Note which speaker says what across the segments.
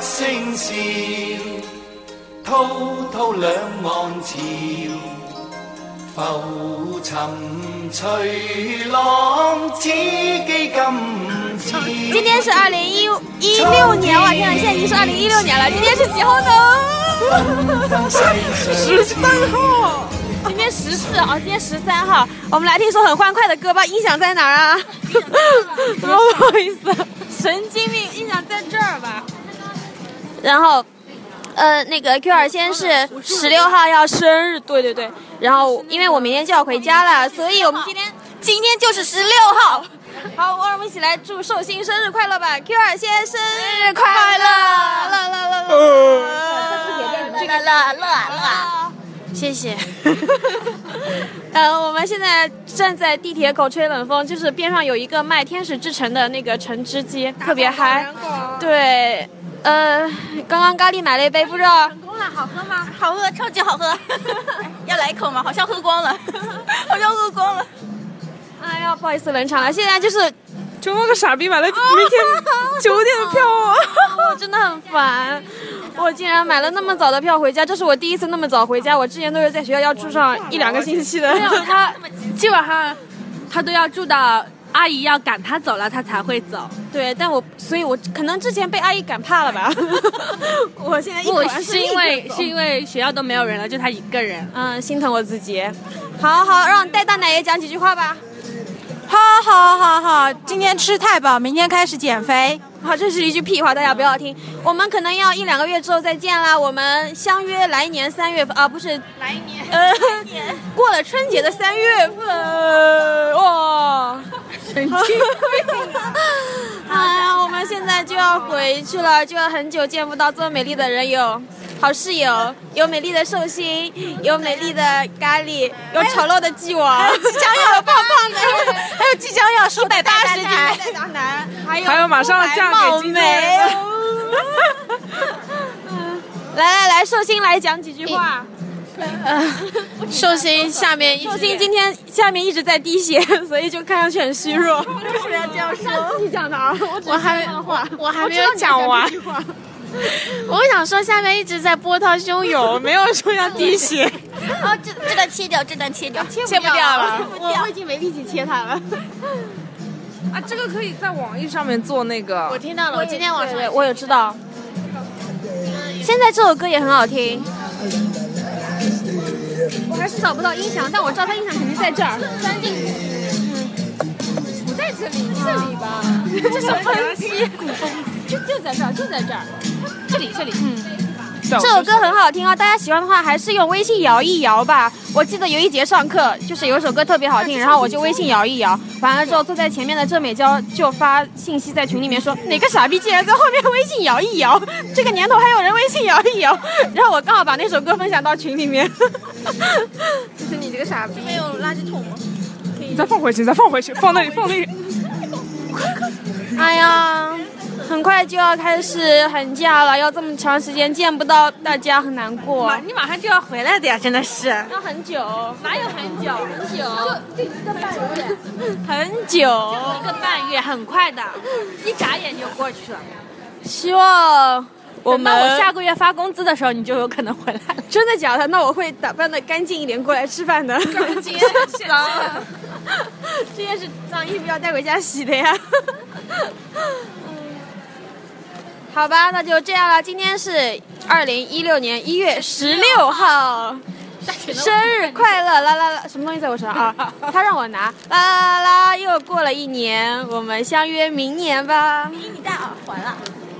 Speaker 1: 聲笑，滔滔兩岸潮，浮沉隨浪，此際今
Speaker 2: 今
Speaker 1: 朝。
Speaker 2: 天是二零一一六年，哇天啊，现在已经是二零一六年了，今天是几号呢？
Speaker 1: 分世上
Speaker 2: 号。今天十四哦，今天十三号，我们来听首很欢快的歌吧。音响在哪儿啊？哦不好意思，神经病，音响在这儿吧。然后，呃，那个 Q 二先是十六号要生日，对对对。然后，因为我明天就要回家了，所以我们今天今天就是十六号。好，我让我们一起来祝寿星生日快乐吧！Q 二先生日快乐！啦啦啦啦啦！
Speaker 3: 乐乐乐乐，
Speaker 2: 谢谢。 呃，我们现在站在地铁口吹冷风，就是边上有一个卖天使之城的那个橙汁机，特别嗨。对，呃，刚刚咖喱买了一杯，不知道
Speaker 3: 好喝，超级好喝， 要来一口吗？好像喝光了， 好像喝光了。
Speaker 2: 哎呀，不好意思，冷场了。现在就是，
Speaker 4: 啊周末个傻逼买了 明天九点的票啊！
Speaker 2: 我哦真的很烦。我竟然买了那么早的票回家，这是我第一次那么早回家。我之前都是在学校要住上一两个星期的。
Speaker 5: 没有 他，基本上他都要住到阿姨要赶他走了，他才会走。
Speaker 2: 对，但我所以我，可能之前被阿姨赶怕 了吧。我现在一口
Speaker 5: 不
Speaker 2: 气
Speaker 5: 是因为是因为学校都没有人了，就他一个人。
Speaker 2: 嗯，心疼我自己。好好，让戴大奶也讲几句话吧。
Speaker 6: 好好好好，今天吃太饱，明天开始减肥。
Speaker 2: 好，这是一句屁话，大家不要听。我们可能要一两个月之后再见啦。我们相约来年三月份啊，不是来年，呃，过了春节的三月份，哇，神经病！啊哎呀，我们现在就要回去了，就要很久见不到这么美丽的人有。好室友，有美丽的寿星，有美丽的咖喱，有丑陋的鸡王，即将要有胖胖的，还有即将要一百八十斤的戴达男，还有
Speaker 4: 还有马上要嫁给金
Speaker 2: 美
Speaker 4: 牛人。
Speaker 2: 来来来，寿星来讲几句话。
Speaker 3: 寿星下面一
Speaker 2: 哎寿星今天下面一直在滴血， 所以就看上去很虚弱。为 什么要这样说？你讲的啊，我只
Speaker 3: 我还我还没有讲完，我想说下面一直在波涛汹涌，没有说要滴血。哦，这这段切掉，这段切掉，切不掉了。
Speaker 2: 我已经没力气切它了。
Speaker 4: 啊，这个可以在网易上面做那个。
Speaker 3: 我听到了，我今天晚上
Speaker 2: 对，我有知道。现在这首歌也很好听，
Speaker 5: 我还是找不到音响，但我知道他音响肯定在这儿。钻进。不在这里，这里 吧，这是喷漆，古风，就就在这儿，就在这儿，这里这里，嗯，
Speaker 4: 这
Speaker 2: 这首歌很好听啊！大家喜欢的话，还是用微信摇一摇吧。我记得有一节上课，就是有一首歌特别好听，然后我就微信摇一摇，完了之后坐在前面的郑美娇就发信息在群里面说，哪个傻逼竟然在后面微信摇一摇？这个年头还有人微信摇一摇？然后我刚好把那首歌分享到群里面。
Speaker 3: 没有垃圾桶吗？
Speaker 4: 你再放回去，你再放回去，放那里，放 那里。
Speaker 2: 哎呀，很快就要开始寒假了，要这么长时间见不到大家，很难过。
Speaker 5: 你马上就要回来的呀，真的是。
Speaker 2: 要很久，
Speaker 5: 哪有很久？很久，
Speaker 2: 很久。
Speaker 5: 一个半月，很快的，一眨眼就过去了。
Speaker 2: 希望我
Speaker 5: 等
Speaker 2: 们
Speaker 5: 到我下个月发工资的时候，你就有可能回来 了。
Speaker 2: 真的假的？那我会打扮的干净一点过来吃饭的。干净，这些是脏衣服要带回家洗的呀。嗯 好吧，那就这样了。今天是二零一六年一月十六号，生日快乐！啦啦啦，什么东西在我手上 啊？他让我拿。啦啦啦啦，又过了一年，我们相约明年吧。
Speaker 3: 你戴耳环了。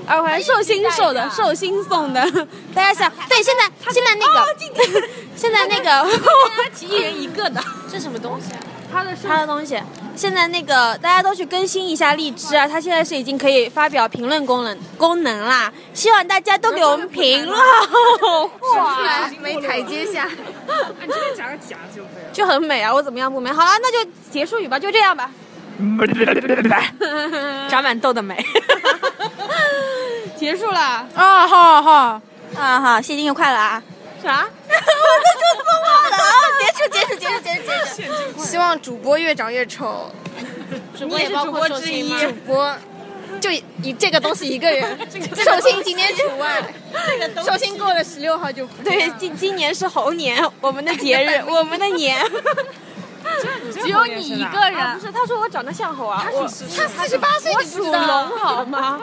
Speaker 2: 耳环寿星送的，寿星送的。啊 大家想，对，现在现在那个， 现在那个，
Speaker 5: 一人一个的，
Speaker 3: 这什么东西啊？
Speaker 2: 他的东西，现在那个大家都去更新一下荔枝啊，它现在是已经可以发表评论功能功能啦。希望大家都给我们评论，哇，
Speaker 3: 没台阶 下。
Speaker 4: 你这边夹个夹就可以了。
Speaker 2: 就很美啊！我怎么样不美？好了，那就结束语吧，就这样吧。
Speaker 5: 长满痘的美。
Speaker 2: 结束了，
Speaker 6: 啊，好好，
Speaker 3: 啊哈，谢金牛快乐啊！
Speaker 2: 啥？
Speaker 3: 结束，结束，结束，结束，结束。
Speaker 7: 希望主播越长越丑。
Speaker 3: 主播也包括寿星吗？
Speaker 7: 主播，
Speaker 5: 就以这个东西一个 人，寿星今天除外，寿星过了十六号就不
Speaker 2: 对，今今年是猴年，我们的节 日，我们的 年。
Speaker 5: 只有你一个人。
Speaker 2: 不是，他说我长得像猴啊，我
Speaker 5: 他四十八岁，你不
Speaker 2: 属
Speaker 5: 知道？
Speaker 2: 龙 好吗？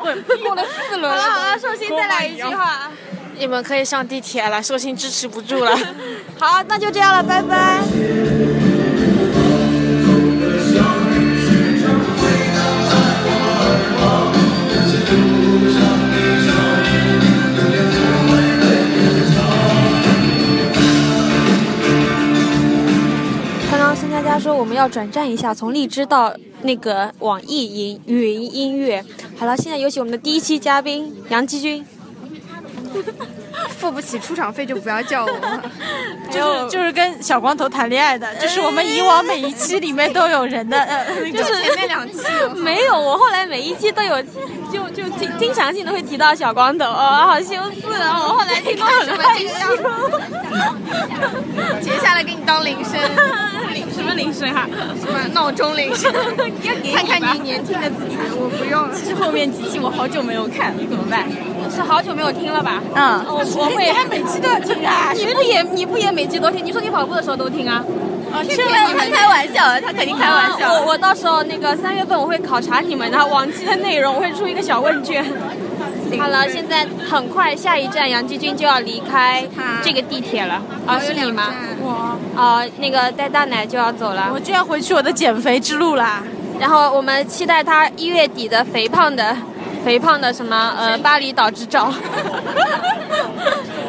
Speaker 5: 过了四轮
Speaker 2: 好了好
Speaker 5: 了
Speaker 2: 了，寿星再来一句话。
Speaker 3: 你们可以上地铁了，寿星支持不住了。
Speaker 2: 好，那就这样了，拜拜。刚刚孙佳佳说我们要转战一下，从荔枝到那个网易云云音乐。好了，现在有请我们的第一期嘉宾杨基军。
Speaker 4: 付不起出场费就不要叫我了。
Speaker 2: 哎
Speaker 6: 就是就是跟小光头谈恋爱的，就是我们以往每一期里面都有人的， 呃，就是
Speaker 4: 前面两期有
Speaker 2: 没有，我后来每一期都有，就就经经常性的会提到小光头，哦、好羞涩啊！我后来听到很害羞。
Speaker 4: 接下来给你当铃声，
Speaker 2: 什么铃声啊？
Speaker 4: 什么闹钟铃声，看看你年轻的自己。我不用了，
Speaker 7: 后面几期我好久没有看了，怎么办？
Speaker 2: 是好久没有听了吧？
Speaker 7: 嗯，
Speaker 2: 我啊我会。
Speaker 7: 还每期都要听啊？
Speaker 2: 你不也你不也每期都听？你说你跑步的时候都听啊？
Speaker 3: 哦
Speaker 7: 是吗？他开玩笑
Speaker 3: 啊
Speaker 7: 的，他肯定开玩笑。
Speaker 2: 我我到时候那个三月份我会考察你们的往期的内容，我会出一个小问卷。 好了，现在很快下一站杨继军就要离开这个地铁了啊，是你吗？
Speaker 6: 我
Speaker 2: 啊、那个带大奶就要走了
Speaker 6: 我，就要回去我的减肥之路啦。
Speaker 2: 然后我们期待他一月底的肥胖的肥胖的什么呃巴厘岛之 照。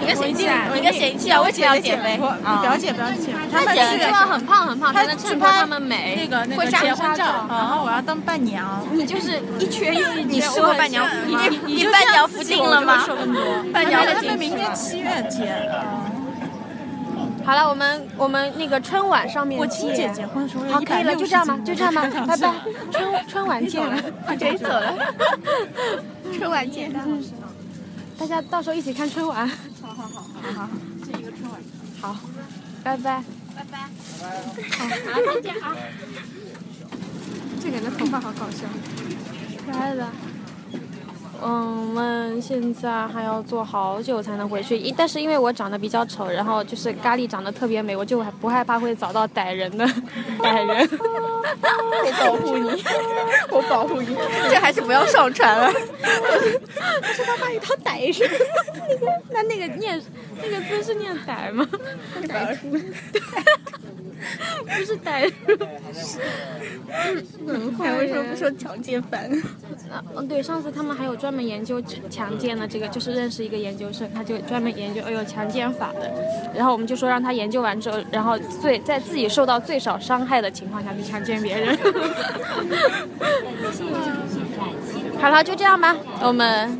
Speaker 7: 一个嫌弃啊，一个嫌弃啊，为什么要减肥？哦
Speaker 6: 不要减，不要减，他
Speaker 2: 他
Speaker 6: 们去
Speaker 2: 希望很胖很胖才能衬托他们
Speaker 6: 那
Speaker 2: 美。
Speaker 6: 个那个结婚照，然后我要当伴娘。
Speaker 2: 你就是一缺一，你
Speaker 4: 吃过伴娘服吗？
Speaker 7: 你伴娘服定了吗？伴娘嗯的
Speaker 6: 他们明年七月结，
Speaker 2: 好了，我们我们那个春晚上面
Speaker 6: 我亲姐结婚的时候
Speaker 2: 好，
Speaker 6: 有一
Speaker 2: 可
Speaker 6: 百
Speaker 2: 以了，
Speaker 6: 六
Speaker 2: 就
Speaker 6: 十
Speaker 2: 这样吧，就这 样吧，拜拜，春春晚见 了，
Speaker 7: 谁走了？
Speaker 4: 春晚见。
Speaker 2: 嗯大家到时候一起看 春晚。好好好好好，这一个春晚。好，拜拜。
Speaker 4: 这个人的头发好搞笑。
Speaker 2: 可爱的。嗯，我们现在还要坐好久才能回去，一但是因为我长得比较丑，然后就是咖喱长得特别美，我就还不害怕会找到逮人的逮人。
Speaker 7: 我保护你，我保护你， 这还是不要上传 了。
Speaker 2: 那那个念那个字是念逮吗？逮 不是逮住。
Speaker 7: 还为什么不说强奸犯？
Speaker 2: 嗯，对，上次他们还有专门研究强奸的这个，就是认识一个研究生，他就专门研究，哎呦，强奸法的。然后我们就说让他研究完之后，然后最在自己受到最少伤害的情况下去强奸别人。好了，就这样吧，我们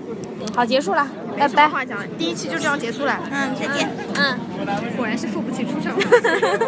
Speaker 2: 好结束了，拜拜。
Speaker 4: 话讲，第一期就这样结束了。
Speaker 7: 嗯，再见。
Speaker 2: 嗯。
Speaker 4: 果然是付不起出场费。